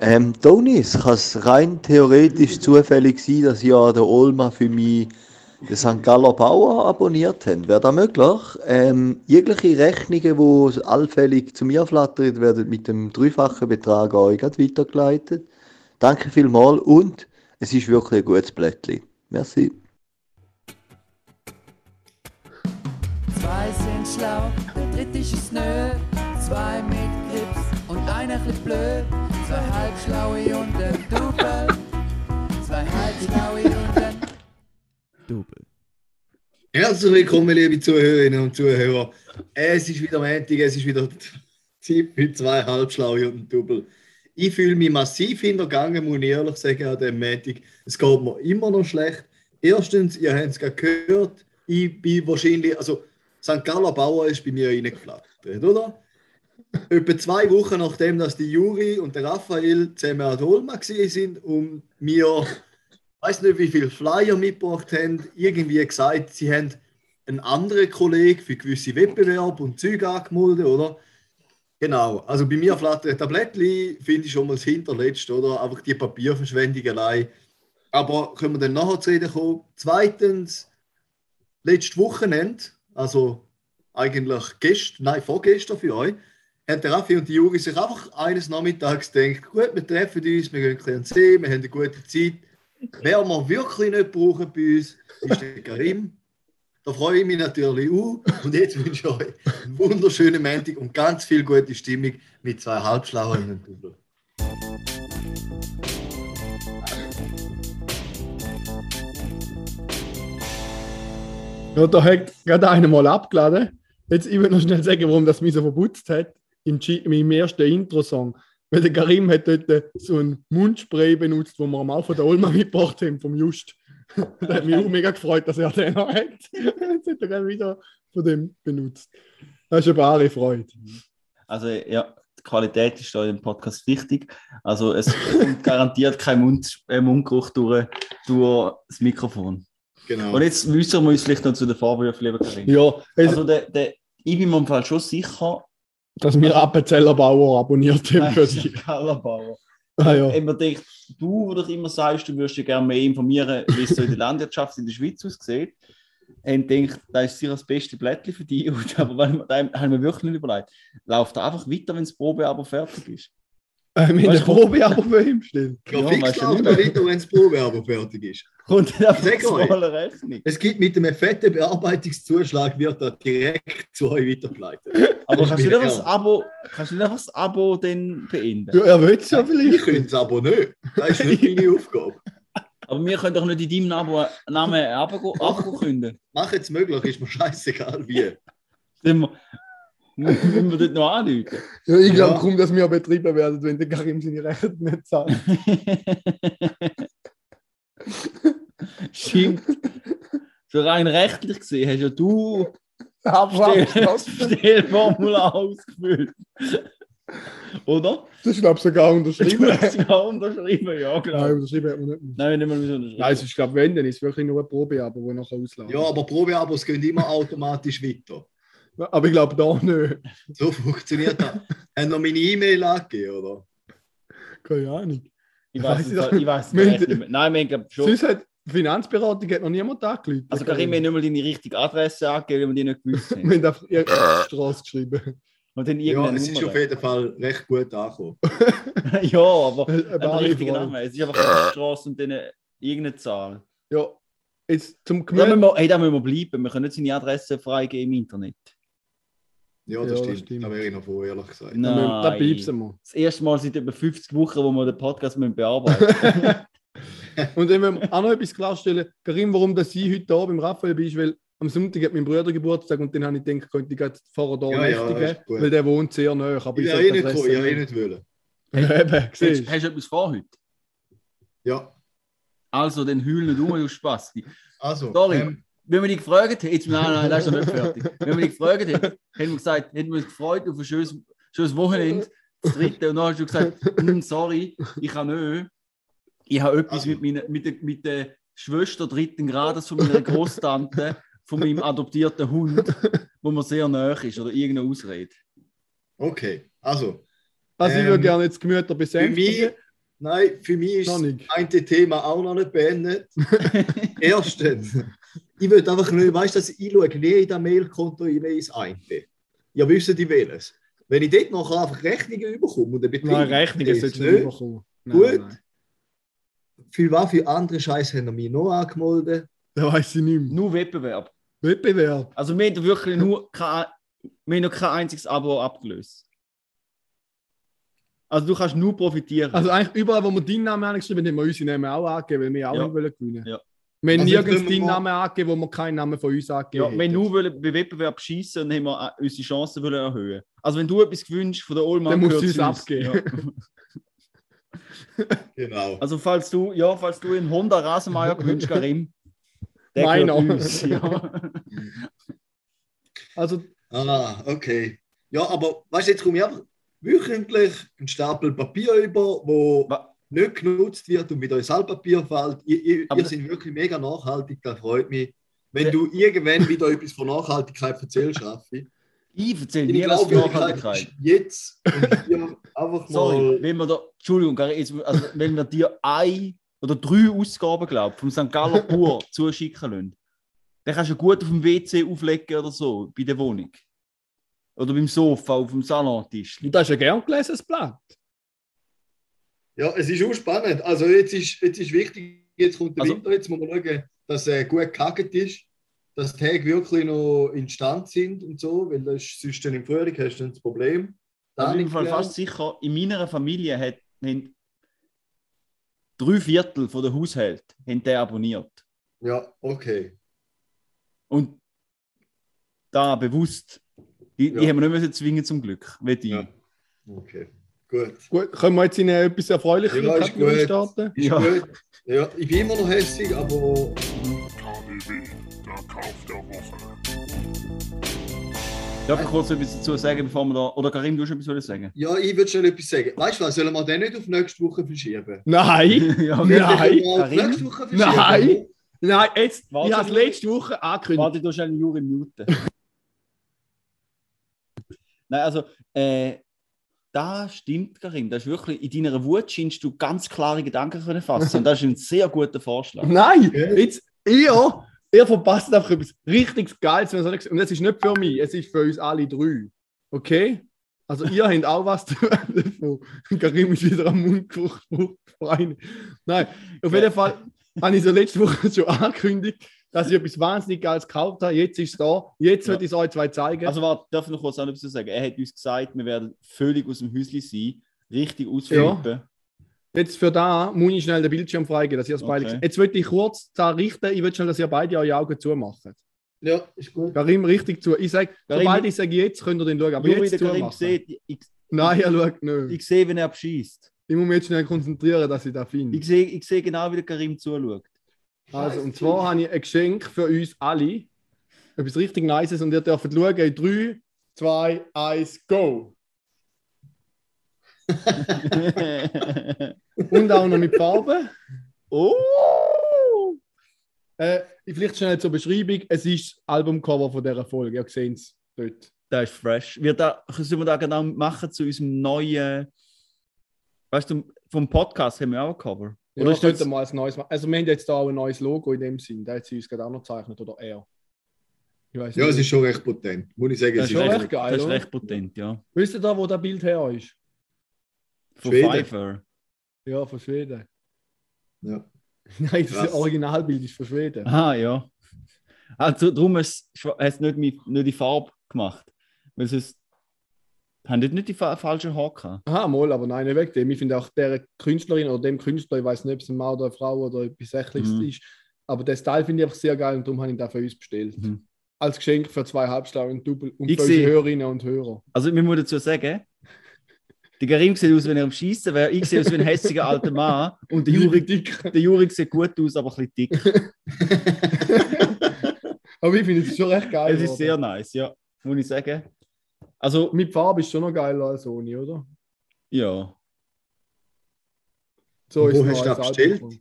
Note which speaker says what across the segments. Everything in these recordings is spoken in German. Speaker 1: Ähm, Donis, kann es rein theoretisch zufällig sein, dass ja der Olma für mich den St. Galler Bauer abonniert haben? Wäre das möglich? Ähm, jegliche Rechnungen, die allfällig zu mir flattern, werden mit dem dreifachen Betrag an euch gleich weitergeleitet. Danke vielmals und es ist wirklich ein gutes Blättchen. Merci.
Speaker 2: Zwei sind schlau, der dritte ist nö. Zwei mit Grips und einer chli blöd. Zwei halbschlaue und ein Double. Zwei halbschlaue und ein
Speaker 3: Double.
Speaker 4: Herzlich willkommen, liebe Zuhörerinnen und Zuhörer. Es ist wieder Montag, es ist wieder Zeit für zwei halbschlaue und ein Double. Ich fühle mich massiv hintergangen, muss ich ehrlich sagen, an dem Montag. Es geht mir immer noch schlecht. Erstens, ihr habt es gerade gehört, ich bin wahrscheinlich, also St. Galler Bauer ist bei mir reingeflattert, oder? Etwa zwei Wochen nachdem, dass die Juri und der Raphael zusammen an der Olma gewesen sind und mir, weiß nicht wie viele Flyer mitgebracht haben, irgendwie gesagt, sie haben einen anderen Kollegen für gewisse Wettbewerbe und Zeug angemeldet, oder? Genau, also bei mir flattert ein Blättchen, finde ich schon mal das Hinterletzte, oder? Einfach die Papierverschwendung allein. Aber können wir dann nachher zu reden kommen. Zweitens, letztes Wochenende, also eigentlich gestern, nein, vorgestern für euch, haben der Raffi und die Juri sich einfach eines Nachmittags gedacht, gut, wir treffen uns, wir gehen ein bisschen an den See, wir haben eine gute Zeit. Wer wir wirklich nicht brauchen bei uns, ist der Karim. Da freue ich mich natürlich auch. Und jetzt wünsche ich euch einen wunderschönen Montag und ganz viel gute Stimmung mit zwei Halbschlauen und einem Double.
Speaker 5: Ja, da hat gerade einer mal abgeladen. Jetzt, ich will noch schnell sagen, warum das mich so verputzt hat, im, G- im ersten Intro-Song. Weil der Karim hat dort äh, so ein Mundspray benutzt, wo wir am Anfang der Olma mitgebracht haben, vom Just. da hat mich auch mega gefreut, dass er den noch hat. Jetzt hat er gerade wieder von dem benutzt. Das ist eine wahre Freude.
Speaker 3: Also ja, die Qualität ist da im Podcast wichtig. Also es kommt garantiert kein Mund, äh, Mundgeruch durch, durch das Mikrofon.
Speaker 4: Genau.
Speaker 3: Und jetzt müssen wir uns vielleicht noch zu den Vorwürfen, lieber Karin.
Speaker 5: Ja, es,
Speaker 3: Also der, der, ich bin mir im Fall schon sicher,
Speaker 5: dass wir Appenzeller Bauer abonniert haben für dich.
Speaker 3: Gallerbauer.
Speaker 5: Ah, ja.
Speaker 3: Wenn man denkt, du, wo doch immer sagst, du würdest dich gerne mehr informieren, wie es so in der Landwirtschaft in der Schweiz aussieht, haben gedacht, das ist sicher das beste Blättchen für dich. Und, aber weil, wir- da haben wir wirklich nicht überlegt. Lauf da einfach weiter, wenn das Probe aber fertig ist.
Speaker 5: Äh, wir haben
Speaker 3: Weißt
Speaker 5: eine
Speaker 3: du,
Speaker 5: Probe aber für ihn stehen.
Speaker 4: Ja,
Speaker 3: Ja,
Speaker 4: fix
Speaker 3: weißt du
Speaker 4: läuft
Speaker 3: nicht
Speaker 4: da
Speaker 3: mehr.
Speaker 4: weiter, wenn das Probewerbe fertig ist.
Speaker 3: Und dann einfach
Speaker 4: Sag
Speaker 3: das
Speaker 4: euch.
Speaker 3: volle Rechnung.
Speaker 4: Es gibt mit einem fetten Bearbeitungszuschlag, wird da direkt zu euch weitergeleitet.
Speaker 3: Aber
Speaker 4: Das
Speaker 3: kannst du
Speaker 4: bin
Speaker 3: nicht einfach
Speaker 4: ich
Speaker 3: das Abo, kannst du nicht einfach das Abo dann beenden?
Speaker 5: Ja, er will es ja
Speaker 4: Ich
Speaker 5: vielleicht.
Speaker 4: könnte es aber nicht. Das ist nicht meine Aufgabe.
Speaker 3: Aber wir können doch nicht in deinem Abo Namen ein Abo Abo künden.
Speaker 4: Mach jetzt möglich, ist mir scheißegal wie.
Speaker 3: Dann mu- müssen wir dort noch anrufen.
Speaker 5: Ja, ich glaube
Speaker 4: Ja.
Speaker 5: kaum, dass wir betrieben werden, wenn der Karim seine Rechnung nicht zahlt.
Speaker 3: Stimmt. So rein rechtlich gesehen hast ja du
Speaker 5: Aber
Speaker 3: das
Speaker 5: das
Speaker 3: Stellformular ausgefüllt. Oder?
Speaker 5: ist, glaube ich, sogar
Speaker 3: Du
Speaker 5: unterschrieben.
Speaker 3: hast ja unterschrieben, ja,
Speaker 5: Nein,
Speaker 3: genau.
Speaker 5: unterschrieben hat man nicht. mehr.
Speaker 3: Nein, nicht mal müssen unterschreiben.
Speaker 5: Nein, es ist, glaube ich, wenn, dann ist es wirklich nur eine Probe, aber wo nachher auslaufen.
Speaker 4: Ja, aber Probeabos gehen immer automatisch weiter.
Speaker 5: Aber ich glaube, da nicht.
Speaker 4: So funktioniert das. Haben noch meine E-Mail angegeben, oder?
Speaker 5: Keine Ahnung.
Speaker 3: ich weiß
Speaker 5: weiss
Speaker 3: es
Speaker 5: ich
Speaker 3: ich weiß
Speaker 5: Wir-
Speaker 3: nicht mehr. Nein, wir haben glaub, schon.
Speaker 5: Sonst hat die Finanzberatung hat noch niemand angeleitet.
Speaker 3: Also Karim, wir haben nicht mal deine richtige Adresse angegeben, weil wir die nicht gewusst haben.
Speaker 5: Wir haben auf irgendeine Straße geschrieben.
Speaker 3: Und dann
Speaker 4: Ja,
Speaker 3: irgendeine
Speaker 4: es ist
Speaker 3: Nummer.
Speaker 4: auf jeden Fall recht gut angekommen.
Speaker 3: ja, aber
Speaker 5: Eine
Speaker 3: ein
Speaker 5: wahre
Speaker 3: richtiger
Speaker 5: Freude.
Speaker 3: Name. Es ist einfach eine Straße und dann irgendeine Zahl.
Speaker 5: Ja, jetzt zum
Speaker 3: Da müssen
Speaker 5: Gemüt.
Speaker 3: wir, hey, da müssen wir bleiben. Wir können nicht seine Adresse freigeben im Internet.
Speaker 4: Ja, das
Speaker 5: Ja, das
Speaker 4: stimmt.
Speaker 5: stimmt.
Speaker 4: Da wäre ich noch vor, ehrlich gesagt.
Speaker 3: Nein.
Speaker 5: Da piepsen wir.
Speaker 3: Das erste Mal seit über 50 Wochen, wo wir den Podcast müssen bearbeiten müssen.
Speaker 5: Und dann müssen wir auch noch etwas klarstellen. Karim, warum dass ich heute da beim Raphael bin, ist, weil am Sonntag hat mein Bruder Geburtstag und dann habe ich gedacht, könnte ich gerade vorher da
Speaker 4: Ja, ja,
Speaker 5: nächtigen,
Speaker 4: ist gut.
Speaker 5: weil der wohnt sehr nahe. Aber
Speaker 4: Ich
Speaker 5: ich
Speaker 4: ja, eh nicht kommen, ich ja, eh nicht wollen.
Speaker 5: Eben,
Speaker 3: hast,
Speaker 5: siehst du.
Speaker 3: hast du etwas vor heute?
Speaker 4: Ja,
Speaker 3: Also, dann heul nicht um, du Spaß.
Speaker 4: also.
Speaker 3: Sorry.
Speaker 4: ähm,
Speaker 3: Wenn wir dich gefragt hätten, jetzt, nein, nein, das ist noch nicht fertig. Wenn wir dich gefragt hätten, hätten wir gesagt, hätten wir uns gefreut auf ein schönes, schönes Wochenende, das dritte. Und dann hast du gesagt, hm, sorry, ich kann nicht. Ich habe etwas mit, meiner, mit, der, mit der Schwester dritten Grades von meiner Großtante, von meinem adoptierten Hund, wo mir sehr nahe ist oder irgendeine Ausrede.
Speaker 4: okay, also.
Speaker 5: Also ich
Speaker 4: Ähm,
Speaker 5: würde Also, gerne jetzt Gemüter
Speaker 4: Für mich
Speaker 5: besänftigen.
Speaker 6: Nein, für mich ist
Speaker 5: Noch
Speaker 6: das
Speaker 5: nicht.
Speaker 6: eine Thema auch noch nicht beendet. Erstens, ich will einfach nicht, weißt du, dass ich schaue nie in das Mailkonto hinein ins eine. Ja, wissen die welches. Wenn ich dort noch einfach Rechnungen überkomme und dann Betrieb.
Speaker 5: Nein, Rechnungen
Speaker 6: das
Speaker 5: solltest du nicht
Speaker 6: nicht.
Speaker 5: bekommen.
Speaker 6: Gut.
Speaker 5: Nein.
Speaker 6: Für was für andere Scheiße haben wir mich noch angemeldet?
Speaker 5: Da weiß ich nicht mehr.
Speaker 3: Nur Wettbewerb.
Speaker 5: Wettbewerb.
Speaker 3: Also wir haben da wirklich nur kein, wir haben noch kein einziges Abo abgelöst. Also du kannst nur profitieren.
Speaker 5: Also eigentlich überall, wo wir deinen Namen angeschrieben haben, haben wir unsere Namen auch angegeben, weil wir auch
Speaker 3: Ja.
Speaker 5: nicht wollen gewinnen
Speaker 3: Ja.
Speaker 5: Wir haben
Speaker 6: Also
Speaker 5: nirgends
Speaker 6: können wir
Speaker 5: deinen
Speaker 6: mal-
Speaker 5: Namen angegeben, wo wir keinen Namen von uns angegeben
Speaker 3: ja, wenn
Speaker 5: hätten.
Speaker 3: du wollen, bei Wettbewerb schießen, dann haben wir auch unsere Chancen wollen erhöhen. Also wenn du etwas gewünscht von der Olma,
Speaker 5: Dann musst du
Speaker 3: gehört's
Speaker 5: uns
Speaker 3: uns.
Speaker 5: abgeben.
Speaker 3: Ja.
Speaker 6: Genau.
Speaker 3: Also falls du, ja, falls du einen Honda Rasenmeier gewünscht, Karim, der
Speaker 5: Meiner.
Speaker 3: gehört uns. Ja.
Speaker 5: Also,
Speaker 6: Ah, okay. Ja, aber weißt du, jetzt komme ich einfach wöchentlich einen Stapel Papier über, wo
Speaker 3: Wa-
Speaker 6: nicht genutzt wird und wieder ins Altpapier fällt. Ihr, ihr,
Speaker 3: Aber
Speaker 6: ihr
Speaker 3: das-
Speaker 6: seid wirklich mega nachhaltig, das freut mich. Wenn
Speaker 3: Ja.
Speaker 6: du irgendwann wieder etwas von Nachhaltigkeit erzählst, Raffi.
Speaker 3: Ich erzähle
Speaker 6: Deine
Speaker 3: nie was von
Speaker 6: Glaubwürdigkeit
Speaker 3: Nachhaltigkeit.
Speaker 6: ist jetzt und hier einfach
Speaker 3: Sorry,
Speaker 6: mal.
Speaker 3: wenn wir da, Entschuldigung, Gary, jetzt, also, wenn wir dir ein oder drei Ausgaben, glaube vom St. Galler Pur zuschicken lassen, dann kannst du gut auf dem WC auflegen oder so, bei der Wohnung. Oder beim Sofa, auf dem Salontisch.
Speaker 5: du hast ja gern gelesenes Blatt.
Speaker 6: Ja, es ist auch spannend. Also jetzt ist, jetzt ist wichtig, jetzt kommt der
Speaker 3: Also-
Speaker 6: Winter, jetzt muss man schauen, dass er gut gekackt ist, dass die Tage wirklich noch instant sind und so, weil das ist, sonst dann im Frühling hast du dann das Problem.
Speaker 3: Also, ich bin
Speaker 6: Dann
Speaker 3: mir Fall
Speaker 6: nicht mehr.
Speaker 3: fast sicher, in meiner Familie hat, haben drei Viertel von der Haushalt haben den abonniert.
Speaker 6: Ja, okay.
Speaker 3: Und da bewusst, die, die
Speaker 6: Ja.
Speaker 3: haben wir nicht mehr zwingen zum Glück, wette ich.
Speaker 6: Ja. Okay, gut.
Speaker 5: Gut, können wir jetzt in eine etwas erfreulichere
Speaker 6: Ja, ist
Speaker 5: Kategorie
Speaker 6: gut.
Speaker 5: starten?
Speaker 6: Ist
Speaker 3: Ja.
Speaker 6: gut. Ja, ich bin immer noch hässig, aber
Speaker 7: KDW, der Kauf der Woche.
Speaker 3: Darf ich kurz etwas dazu sagen, bevor wir da. Oder Karim, du hast etwas wollen sagen?
Speaker 6: ja, ich würde schon etwas sagen. Weißt du was, sollen wir den nicht auf nächste Woche verschieben?
Speaker 5: Nein!
Speaker 3: ja,
Speaker 5: Nein.
Speaker 6: Können wir auf
Speaker 3: Karim?
Speaker 6: nächste Woche verschieben?
Speaker 5: Nein! Nein, jetzt,
Speaker 3: Warte.
Speaker 5: ich habe es letzte Woche angekündigt.
Speaker 3: Warte, du hast einen Juri muten. Nein, also, äh, da stimmt, Karim. Das ist wirklich, in deiner Wut scheinst du ganz klare Gedanken können fassen. Und das ist ein sehr guter Vorschlag.
Speaker 5: Nein!
Speaker 6: Ja.
Speaker 5: Jetzt, ihr, ihr verpasst einfach etwas richtig Geiles. wenn ihr es nicht- Und es ist nicht für mich, es ist für uns alle drei. Okay? Also, ihr habt auch was davon. Karim ist wieder am Mund gefreut. Nein, auf jeden Fall habe ich so letzte Woche schon angekündigt, dass ich etwas wahnsinnig Geiles gekauft habe. Jetzt ist es da. Jetzt
Speaker 3: Ja.
Speaker 5: wird ich es euch zwei zeigen.
Speaker 3: Also, warte, darf ich noch kurz auch noch etwas dazu sagen? Er hat uns gesagt, wir werden völlig aus dem Häuschen sein, richtig ausflippen.
Speaker 5: Jetzt für da muss ich schnell den Bildschirm freigeben, dass ihr es beide
Speaker 3: Okay.
Speaker 5: seht. Jetzt wollte ich kurz da richten, ich will schnell, dass ihr beide eure Augen zumacht.
Speaker 6: Ja, ist gut.
Speaker 5: Karim, richtig zu. Ich sage,
Speaker 3: Karim-
Speaker 5: sobald ich sage jetzt, könnt ihr den schauen. Aber
Speaker 3: Juri,
Speaker 5: jetzt
Speaker 3: der Karim
Speaker 5: zumachen.
Speaker 3: sieht, ich, ich,
Speaker 5: Nein, er schaut nicht.
Speaker 3: ich sehe, wenn er abschießt.
Speaker 5: Ich muss mich jetzt schnell konzentrieren, dass ich das finde.
Speaker 3: Ich sehe, ich sehe genau, wie der Karim zuschaut.
Speaker 5: Also, und zwar habe ich ein Geschenk für uns alle. Etwas richtig Nices und ihr dürft schauen in 3, 2, 1, go! Und auch noch mit Farben.
Speaker 3: oh!
Speaker 5: Äh, vielleicht schnell zur Beschreibung. Es ist das Albumcover von dieser Folge. Ihr seht es dort.
Speaker 3: Das ist fresh. Wir da, sollen wir da genau machen zu unserem neuen. Weißt du, vom Podcast haben wir auch ein Cover.
Speaker 5: Ja,
Speaker 3: Oder
Speaker 5: Oder
Speaker 3: ist
Speaker 5: könnten
Speaker 3: das,
Speaker 5: wir mal ein neues machen. Also wir haben jetzt da auch ein neues Logo in dem Sinn. Da hat sie uns gerade auch noch gezeichnet, oder er. Ich weiß
Speaker 6: Ja, es
Speaker 5: nicht.
Speaker 6: ist schon recht potent. Muss ich sagen,
Speaker 3: das
Speaker 6: es
Speaker 3: ist
Speaker 6: ist
Speaker 5: schon
Speaker 3: recht,
Speaker 5: recht geil,
Speaker 3: das ist
Speaker 5: oder?
Speaker 3: recht potent, ja.
Speaker 5: Wisst ihr da, wo das Bild her ist?
Speaker 3: Von
Speaker 6: Schweden.
Speaker 3: Fiverr.
Speaker 5: Ja, von Schweden.
Speaker 6: Ja.
Speaker 5: Nein, das
Speaker 6: Krass.
Speaker 5: Originalbild ist von Schweden.
Speaker 3: Aha, ja. Also, darum hast du es nicht, mit- nicht die Farbe gemacht. Weil sonst haben dort nicht die fa falschen Haare gehabt.
Speaker 5: Aha, mal, aber nein, nicht weg dem. Ich finde auch der Künstlerin oder dem Künstler, ich weiß nicht, ob es ein Mann oder eine Frau oder etwas Ähnliches
Speaker 3: Mhm.
Speaker 5: ist, aber den Style finde ich einfach sehr geil und darum habe ich ihn da für uns bestellt.
Speaker 3: Mhm.
Speaker 5: Als Geschenk für zwei Halbschlauen und Double und
Speaker 3: Ich
Speaker 5: für
Speaker 3: sehe-
Speaker 5: unsere Hörerinnen und Hörer.
Speaker 3: Also, wir muss dazu sagen, der Karim sieht aus, wenn er am Schießen wäre. Ich sehe aus wie ein hässiger alter Mann. Und der Juri,
Speaker 5: dick.
Speaker 3: der Juri sieht gut aus, aber ein bisschen dick.
Speaker 5: Aber ich finde es schon recht geil.
Speaker 3: Es ist
Speaker 5: oder?
Speaker 3: sehr nice, ja. Muss ich sagen. Also,
Speaker 5: Mit Farbe ist schon noch geiler als ohne, oder?
Speaker 3: ja.
Speaker 5: So
Speaker 6: Wo
Speaker 5: ist es
Speaker 6: hast
Speaker 5: noch
Speaker 6: du
Speaker 5: als
Speaker 6: das bestellt?
Speaker 5: Album.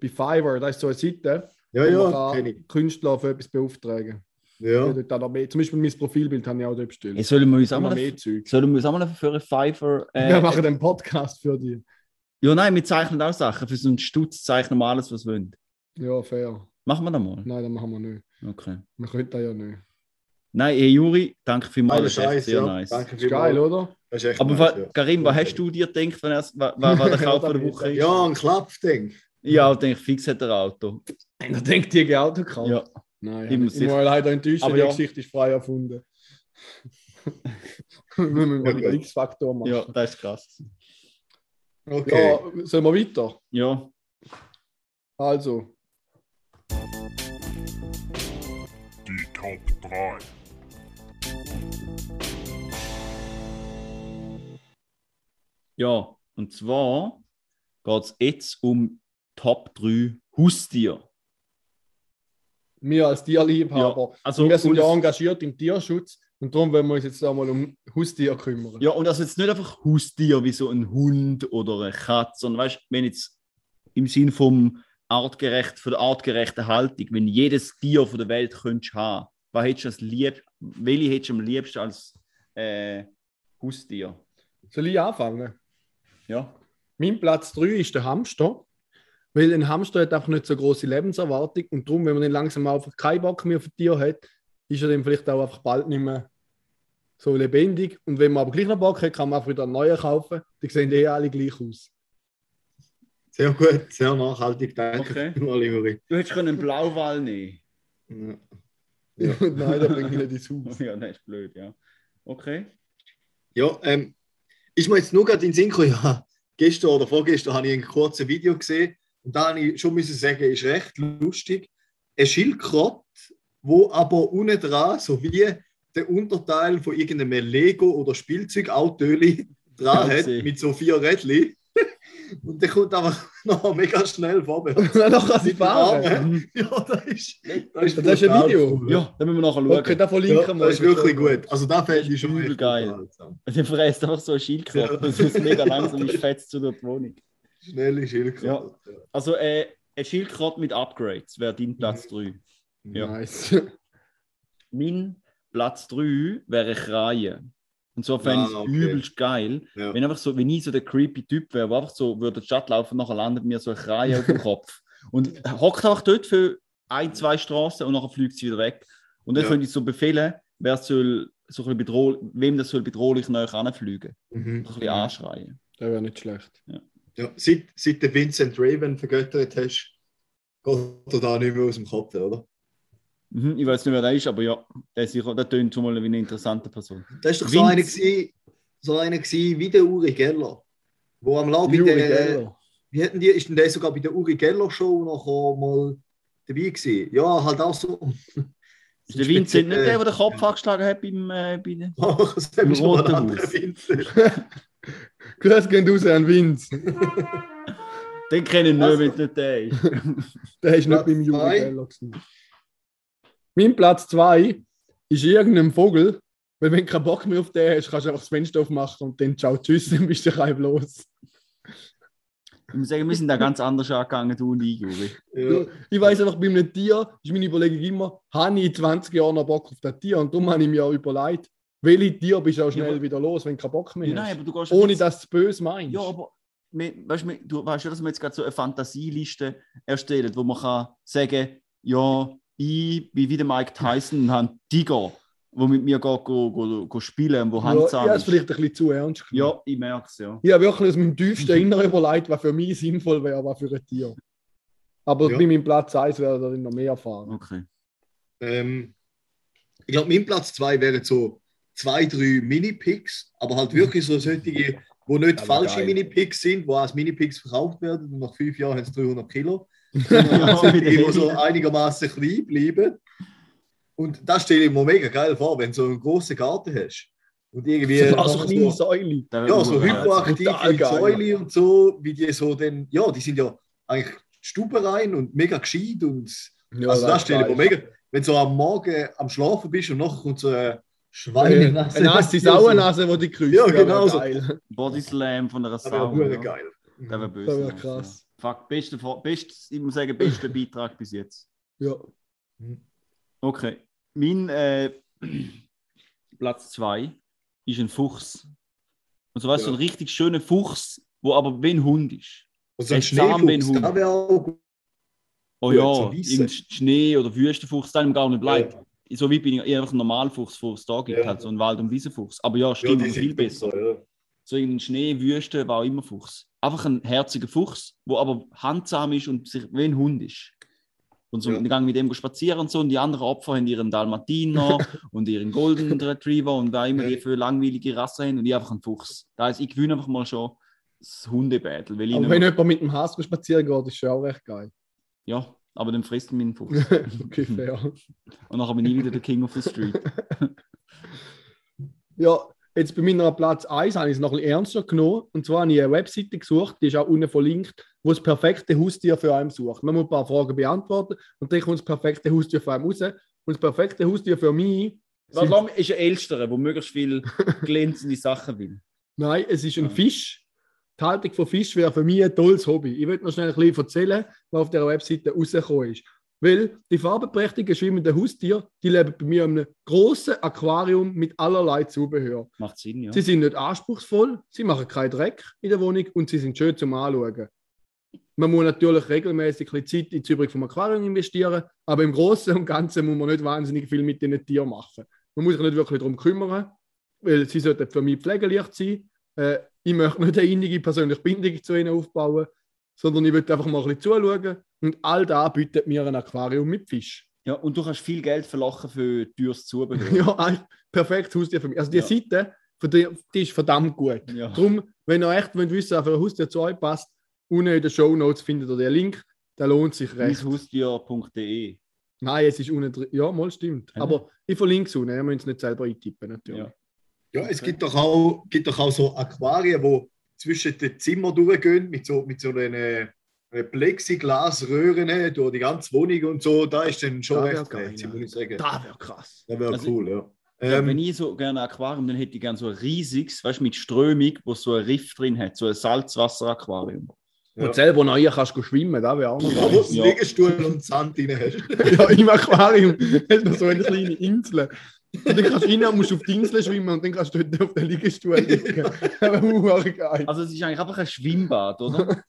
Speaker 5: Bei Fiverr, da ist so eine Seite,
Speaker 6: Ja,
Speaker 5: wo
Speaker 6: ja,
Speaker 5: man
Speaker 6: kenn
Speaker 5: kann
Speaker 6: ich.
Speaker 5: Künstler für etwas beauftragen.
Speaker 6: Ja.
Speaker 5: Ja. Dort auch noch mehr. Zum Beispiel mein Profilbild habe ich auch dort bestellt.
Speaker 3: Jetzt sollen wir eh uns
Speaker 5: Da
Speaker 3: auch
Speaker 5: haben wir
Speaker 3: mal,
Speaker 5: mehr Zeug.
Speaker 3: sollen wir uns auch mal für einen Fiverr. Äh,
Speaker 5: Wir machen einen Podcast für dich.
Speaker 3: Ja, nein, wir zeichnen auch Sachen. Für so einen Stutz zeichnen wir alles, was wir wollen.
Speaker 5: Ja, fair.
Speaker 3: Machen wir das mal.
Speaker 5: Nein, das machen wir nicht.
Speaker 3: Okay.
Speaker 5: Wir können das ja nicht.
Speaker 3: Nein, eh, Juri, danke vielmals.
Speaker 6: Alter
Speaker 3: Das ist echt
Speaker 6: Scheiß,
Speaker 3: sehr
Speaker 6: ja.
Speaker 3: nice.
Speaker 6: Danke
Speaker 5: Ist geil,
Speaker 6: vielmals.
Speaker 5: oder?
Speaker 6: Das ist echt
Speaker 3: Aber
Speaker 6: nice,
Speaker 3: wa-
Speaker 6: ja.
Speaker 3: Karim, was hast du dir gedacht, wenn er, wa- wa- was der Kauf von der Woche ist?
Speaker 6: Ja, ein Klappding.
Speaker 3: Ja, ich denke, fix hat er ein Auto.
Speaker 5: Er denkt, die Auto gekauft.
Speaker 3: Ja.
Speaker 5: Nein,
Speaker 3: Ich
Speaker 5: ich
Speaker 3: muss
Speaker 5: muss, ich
Speaker 3: sich-
Speaker 5: muss halt leider enttäuschen,
Speaker 3: Aber
Speaker 5: die
Speaker 3: ja.
Speaker 5: Geschichte ist frei erfunden. wir müssen mal
Speaker 6: Ja,
Speaker 5: den
Speaker 6: gut.
Speaker 5: X-Faktor
Speaker 3: Ja,
Speaker 5: machen.
Speaker 3: das ist krass.
Speaker 6: Okay.
Speaker 5: Ja, sollen wir weiter?
Speaker 3: Ja,
Speaker 5: Also,
Speaker 7: Die Top 3.
Speaker 3: ja. Und zwar geht es jetzt um Top 3 Haustier.
Speaker 5: wir als Tierliebhaber,
Speaker 3: Also,
Speaker 5: wir sind ja
Speaker 3: und,
Speaker 5: engagiert im Tierschutz und darum wollen wir uns jetzt einmal um Haustier kümmern.
Speaker 3: ja, und also jetzt nicht einfach Haustier wie so ein Hund oder eine Katze, sondern weißt, wenn jetzt im Sinn vom artgerecht, von der artgerechten Haltung, wenn jedes Tier von der Welt könntest haben, was hättest du als lieb, welche hättest du am liebsten als äh, Haustier?
Speaker 5: Soll ich anfangen?
Speaker 3: Ja.
Speaker 5: Mein Platz 3 ist der Hamster. Weil ein Hamster hat einfach nicht so große Lebenserwartung und darum, wenn man dann langsam einfach keinen Bock mehr auf ein Tier hat, ist er dann vielleicht auch einfach bald nicht mehr so lebendig. Und wenn man aber gleich noch Bock hat, kann man einfach wieder einen neuen kaufen. Die sehen eh alle gleich aus.
Speaker 6: Sehr gut, sehr nachhaltig. Danke
Speaker 3: Okay.
Speaker 6: vielmals, Juri.
Speaker 3: Du hättest können einen Blauwall nehmen.
Speaker 6: Ja.
Speaker 5: Nein, das bringt nicht ins Haus.
Speaker 3: Ja, das ist blöd, ja. Okay.
Speaker 6: Ja, ähm, ist mir jetzt nur gerade in den Sinn gekommen, ja, gestern oder vorgestern habe ich ein kurzes Video gesehen und da habe ich schon müssen sagen, ist recht lustig. Ein Schildkrott, wo aber unten dran, so wie der Unterteil von irgendeinem Lego oder Spielzeugautöli dran
Speaker 3: Ja,
Speaker 6: hat,
Speaker 3: gesehen.
Speaker 6: mit so vier Rädchen. Und der kommt einfach noch mega schnell vorwärts.
Speaker 5: Noch kann sie
Speaker 6: Mit den Armen.
Speaker 5: fahren.
Speaker 6: Ja, das ist,
Speaker 5: Das ist ein
Speaker 6: brutal.
Speaker 5: Video.
Speaker 3: Ja, dann müssen wir nachher schauen.
Speaker 5: Okay, da
Speaker 6: Mhm. Ja,
Speaker 5: verlinken wir.
Speaker 6: das ist wirklich gut. Also da fällt
Speaker 3: Das ist
Speaker 6: ich schon
Speaker 3: übel
Speaker 6: echt
Speaker 3: geil.
Speaker 6: unterhaltsam.
Speaker 3: Der fräst einfach so ein Schildkröte.
Speaker 6: Ja.
Speaker 3: Das ist mega langsam und fetzt zu der Wohnung.
Speaker 6: Schnelle Schildkröte.
Speaker 3: Also, äh, ein Schildkröte mit Upgrades wäre dein Platz
Speaker 6: Mhm.
Speaker 3: 3. Ja.
Speaker 5: Nice.
Speaker 3: Mein Platz 3 wäre eine Kreie. Und so fände ich es
Speaker 6: Ah, okay.
Speaker 3: übelst geil,
Speaker 6: Ja.
Speaker 3: wenn einfach so, wenn ich so der creepy Typ wäre, der einfach so würde in die Stadt laufen und nachher landet mir so eine Kreie auf dem Kopf. Und hockt einfach dort für ein, zwei Straßen und nachher fliegt sie wieder weg. Und dann
Speaker 6: Ja.
Speaker 3: könnte ich so befehlen, wer soll so ein bisschen bedrohlich, wem das soll bedrohlich näher anfliegen.
Speaker 6: Mhm.
Speaker 3: Ein bisschen anschreien.
Speaker 5: Das wäre nicht schlecht.
Speaker 6: Ja, seit, seit du Vincent Raven vergöttert hast, geht er da nicht mehr aus dem Kopf, oder?
Speaker 3: Mhm, ich weiß nicht, wer der ist, aber ja, der, ist sicher, der tönt schon mal wie eine interessante Person.
Speaker 6: Das war doch so
Speaker 3: Vince-
Speaker 6: einer, gewesen, so einer gewesen, wie der Uri Geller. Wo am Lauf bei
Speaker 5: Juri
Speaker 6: der.
Speaker 5: Geller.
Speaker 6: Wie hatten die, ist denn der sogar bei der Uri Geller Show nachher mal dabei gewesen? Ja, halt auch so. Äh,
Speaker 3: Ist der Vincent nicht der, der den Kopf angeschlagen hat beim, äh, bei den
Speaker 6: Ach, das haben wir schon mal
Speaker 3: Roten
Speaker 6: einen anderen
Speaker 3: Haus.
Speaker 6: Vincent.
Speaker 5: Grüß gehen raus an Vince.
Speaker 3: Den kennen ich
Speaker 6: Also.
Speaker 3: nicht, wenn es nicht der ist.
Speaker 5: Der ist nicht
Speaker 6: Platz
Speaker 5: beim Juri
Speaker 6: zwei.
Speaker 5: Geller. gewesen. Mein Platz 2 ist irgendein Vogel, weil wenn du keinen Bock mehr auf den hast, kannst du einfach das Fenster aufmachen und dann ciao, tschüss, dann bist du reib los.
Speaker 3: Ich muss sagen, wir sind da ganz anders angegangen, du und ich, Juri.
Speaker 6: Ja.
Speaker 5: Ich weiß einfach, bei einem Tier ist meine Überlegung immer, habe ich in 20 Jahren noch Bock auf das Tier? Und darum habe ich mir auch überlegt, welche Tier bist du auch schnell
Speaker 3: aber-
Speaker 5: wieder los, wenn du keinen Bock mehr
Speaker 3: Ja,
Speaker 5: hast.
Speaker 3: nein, aber du gehst
Speaker 5: Ohne dass du es böse meinst.
Speaker 3: Ja, aber wir, weißt, wir, du weißt ja, dass wir jetzt gerade so eine Fantasieliste erstellen, wo man kann sagen ja, ich bin wie der Mike Tyson und habe einen Tiger, der mit mir geht, go, go, go spielen, wo
Speaker 5: ja, ich
Speaker 3: handsam
Speaker 5: habe es
Speaker 3: ist.
Speaker 5: vielleicht ein bisschen zu ernst genommen.
Speaker 3: Ja, ich merke es, ja.
Speaker 5: Ich habe wirklich aus meinem
Speaker 6: Mhm.
Speaker 5: tiefsten Inneren überlegt, was für mich sinnvoll wäre, was für ein Tier. Aber
Speaker 6: Ja.
Speaker 5: bei meinem Platz 1 werde ich noch mehr erfahren.
Speaker 3: Okay.
Speaker 6: Ähm, ich glaube, mein Platz zwei wären so zwei, drei Mini-Picks, aber halt wirklich so solche, wo nicht
Speaker 5: Aber
Speaker 6: falsche
Speaker 5: geil.
Speaker 6: Mini-Picks sind, wo als Mini-Picks verkauft werden und nach fünf Jahren haben sie 300 Kilo.
Speaker 3: Ja,
Speaker 6: Die, die so
Speaker 3: wieder-
Speaker 6: einigermaßen klein bleiben. Und das stelle ich mir mega geil vor, wenn du so einen großen Garten hast. Und irgendwie.
Speaker 5: Also
Speaker 6: noch
Speaker 5: kleine
Speaker 6: so,
Speaker 5: Säule.
Speaker 3: Da wird
Speaker 6: ja,
Speaker 3: man
Speaker 6: so
Speaker 3: mal-
Speaker 6: hyperaktiv
Speaker 5: Total
Speaker 6: mit
Speaker 5: geil.
Speaker 6: Säule und so, wie die so dann. Ja, die sind ja eigentlich Stube rein und mega gescheit und.
Speaker 5: Ja,
Speaker 6: also das
Speaker 5: ist
Speaker 6: stelle ich mir
Speaker 5: geil.
Speaker 6: mega. Wenn du so am Morgen am Schlafen bist und nachher kommt so ein
Speaker 5: Äh,
Speaker 6: Schwein.
Speaker 5: Eine nasse Sauernase, die die kreuzt.
Speaker 6: Ja,
Speaker 5: Das wär
Speaker 6: genau so.
Speaker 5: geil.
Speaker 3: Body Slam von einer
Speaker 6: Das wäre
Speaker 3: Sau.
Speaker 6: hure
Speaker 3: ja.
Speaker 6: geil.
Speaker 3: Der wäre
Speaker 5: Das
Speaker 3: böse.
Speaker 5: wär krass.
Speaker 3: Ja. Fuck, beste, Vor- best, ich muss sagen, bester Beitrag bis jetzt.
Speaker 5: Ja.
Speaker 3: Okay. Mein äh, Platz 2 ist ein Fuchs. Und so weißt du,
Speaker 6: Ja.
Speaker 3: so ein richtig schöner Fuchs wo aber wie ein Hund ist.
Speaker 6: Also
Speaker 3: Ein
Speaker 6: ein Schneefuchs,
Speaker 3: Zahnbein-Hund.
Speaker 6: das wäre auch gut.
Speaker 3: Oh
Speaker 6: Ja,
Speaker 3: ja,
Speaker 6: zum Weissen.
Speaker 3: im Schnee oder Wüstenfuchs, dann gar nicht bleibt. So wie bin ich eher einfach ein Normalfuchs, vor es da gibt,
Speaker 6: Ja.
Speaker 3: halt so ein Wald- und Wiesenfuchs. Aber ja,
Speaker 6: Ja,
Speaker 3: stimmt,
Speaker 6: die
Speaker 3: viel
Speaker 6: sind
Speaker 3: besser.
Speaker 6: besser, ja.
Speaker 3: So in Schnee, Wüste, war immer Fuchs. Einfach ein herziger Fuchs, wo aber handsam ist und sich wie ein Hund ist. Und so
Speaker 6: Ja.
Speaker 3: ja. Gang mit dem spazieren und so. Und die anderen Opfer haben ihren Dalmatiner und ihren Golden Retriever und wer immer
Speaker 6: Ja.
Speaker 3: die für langweilige Rasse haben und ich einfach ein Fuchs. Das heißt, ich gewinne einfach mal schon das Hundebattle. Weil ich
Speaker 5: Aber
Speaker 3: nicht-
Speaker 5: wenn jemand mit dem Hasen spazieren geht, ist schon auch recht geil.
Speaker 3: ja, aber dann frisst meinen Fuchs.
Speaker 5: okay,
Speaker 6: Mhm.
Speaker 5: fair.
Speaker 3: Und nachher bin ich wieder der King of the Street.
Speaker 5: Ja, jetzt bei meiner Platz 1 habe ich es noch ein bisschen ernster genommen. Und zwar habe ich eine Webseite gesucht, die ist auch unten verlinkt, wo das perfekte Haustier für einen sucht. Man muss ein paar Fragen beantworten und dann kommt das perfekte Haustier für einen raus. Und das perfekte Haustier für mich,
Speaker 3: Was Lamm ist ein Älterer, der möglichst viel glänzende Sachen will.
Speaker 5: nein, es ist ein
Speaker 3: Ja.
Speaker 5: Fisch. Die Haltung von Fisch wäre für mich ein tolles Hobby. Ich würde noch schnell ein bisschen erzählen, was auf dieser Webseite rausgekommen ist. Weil die farbenprächtigen schwimmenden Haustiere, die leben bei mir in einem grossen Aquarium mit allerlei Zubehör.
Speaker 3: Macht Sinn, ja.
Speaker 5: Sie sind nicht anspruchsvoll, sie machen keinen Dreck in der Wohnung und sie sind schön zum Anschauen. Man muss natürlich regelmäßig ein bisschen Zeit ins Übrige vom Aquarium investieren, aber im Großen und Ganzen muss man nicht wahnsinnig viel mit diesen Tieren machen. Man muss sich nicht wirklich darum kümmern, weil sie sollten für mich pflegeleicht sein. Äh, ich möchte nicht eine innige persönliche Bindung zu ihnen aufbauen, sondern ich möchte einfach mal ein bisschen zuschauen. Und all das bietet mir ein Aquarium mit Fisch.
Speaker 3: ja. Und du kannst viel Geld verlachen für teures Zubehör.
Speaker 5: ja, ein perfektes Haustier für mich. Also die
Speaker 3: Ja.
Speaker 5: Seite, von der- die ist verdammt gut.
Speaker 3: ja.
Speaker 5: Darum, wenn ihr echt wollt wissen wollt, für ein Haustier zu euch passt, unten in den Show Notes findet ihr den Link. Der lohnt sich recht.
Speaker 3: Mishaustier.de.
Speaker 5: Nein, es ist unten drin. Ja, mal stimmt.
Speaker 3: Ja.
Speaker 5: Aber ich verlinke es unten. Ihr müsst es nicht selber eintippen, natürlich.
Speaker 3: Ja.
Speaker 6: Ja, es gibt doch auch, gibt doch auch so Aquarien, wo zwischen den Zimmern durchgehen, mit so, mit so einer einer Plexiglasröhren durch die ganze Wohnung und so. Da ist dann schon
Speaker 5: Das wär
Speaker 6: recht
Speaker 5: geil,
Speaker 6: fancy,
Speaker 5: ja.
Speaker 6: muss ich sagen. Das
Speaker 5: Das wäre krass.
Speaker 6: wäre
Speaker 3: Also-
Speaker 6: cool, ja.
Speaker 3: Ja,
Speaker 6: Ähm,
Speaker 3: wenn ich so gerne ein Aquarium, dann hätte ich gerne so ein riesiges, weißt du, mit Strömung, wo so ein Riff drin hat, so ein Salzwasseraquarium.
Speaker 6: Ja.
Speaker 5: Und selber neu kannst du schwimmen, das wäre auch noch
Speaker 6: wo
Speaker 5: geil.
Speaker 6: du einen
Speaker 3: Ja.
Speaker 6: Liegestuhl und einen Sand rein hast.
Speaker 5: ja, im Aquarium. Das ist noch so eine kleine Insel. Und dann kannst du rein und musst auf die Insel schwimmen und dann kannst du dort auf den Liegestuhl liegen. Das wäre auch geil.
Speaker 3: Also es ist eigentlich einfach ein Schwimmbad, oder?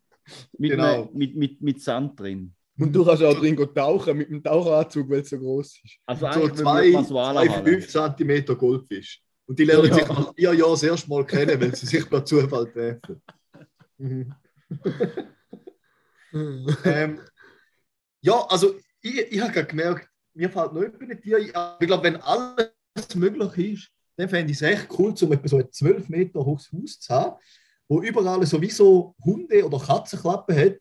Speaker 3: Mit,
Speaker 6: Genau.
Speaker 3: einem- mit, mit, mit Sand drin.
Speaker 5: Und du kannst auch drin gehen tauchen mit dem Tauchanzug, weil es so groß ist.
Speaker 3: Also
Speaker 6: So
Speaker 3: eigentlich
Speaker 6: zwei,
Speaker 3: man
Speaker 6: zwei
Speaker 3: haben.
Speaker 6: 5 cm Goldfisch. Und die lernen
Speaker 5: Ja.
Speaker 6: sich nach vier Jahren das erste Mal kennen, weil sie sich per Zufall treffen.
Speaker 5: Hm.
Speaker 6: ähm, ja, also ich, ich habe gerade gemerkt, mir fällt noch über ein Tier ein. Aber Ich glaube, wenn alles möglich ist, dann fände ich es echt cool, um etwa so ein 12 Meter hohes Haus zu haben, wo überall sowieso Hunde- oder Katzenklappen hat,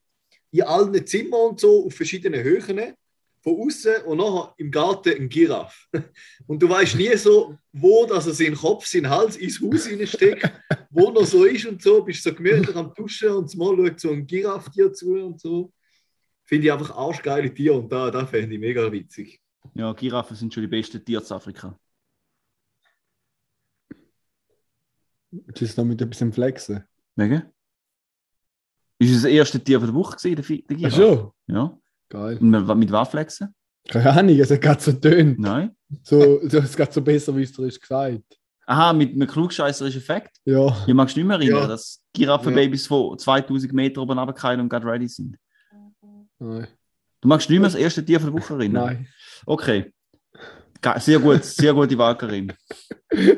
Speaker 6: in allen Zimmern und so, auf verschiedenen Höhen, von außen und nachher im Garten ein Giraffe. Und du weißt nie so, wo dass er seinen Kopf, seinen Hals ins Haus reinsteckt, wo er so ist und so. Bist so gemütlich am Duschen und mal schaut so ein Giraffe dir zu und so. Finde ich einfach arschgeile Tiere und da, da fände ich mega witzig.
Speaker 3: Ja, Giraffen sind schon die besten Tiere zu Afrika.
Speaker 5: Willst du es noch mit etwas am Flexen?
Speaker 3: Wegen? Ist das erste Tier von der Woche gewesen, der, Fi- der
Speaker 5: Ach
Speaker 3: Giraffe?
Speaker 5: so.
Speaker 3: Ja.
Speaker 5: Geil.
Speaker 3: Und mit, mit was flexen?
Speaker 5: Keine Ahnung, es hat gerade so tönt.
Speaker 3: Nein.
Speaker 5: So, so, es geht so besser, wie es dir ist gesagt.
Speaker 3: Aha, mit einem klugscheisserischen Effekt.
Speaker 5: Ja.
Speaker 3: Ich mag mich nicht mehr erinnern,
Speaker 6: Ja.
Speaker 3: dass Giraffenbabys von 2000 Meter oben runterfallen und gerade ready sind.
Speaker 5: Nein.
Speaker 3: Du magst nicht mehr das erste Tier von der Woche erinnern?
Speaker 5: Nein.
Speaker 3: Okay. Ge- Sehr gut, sehr gute Wahl, Karim.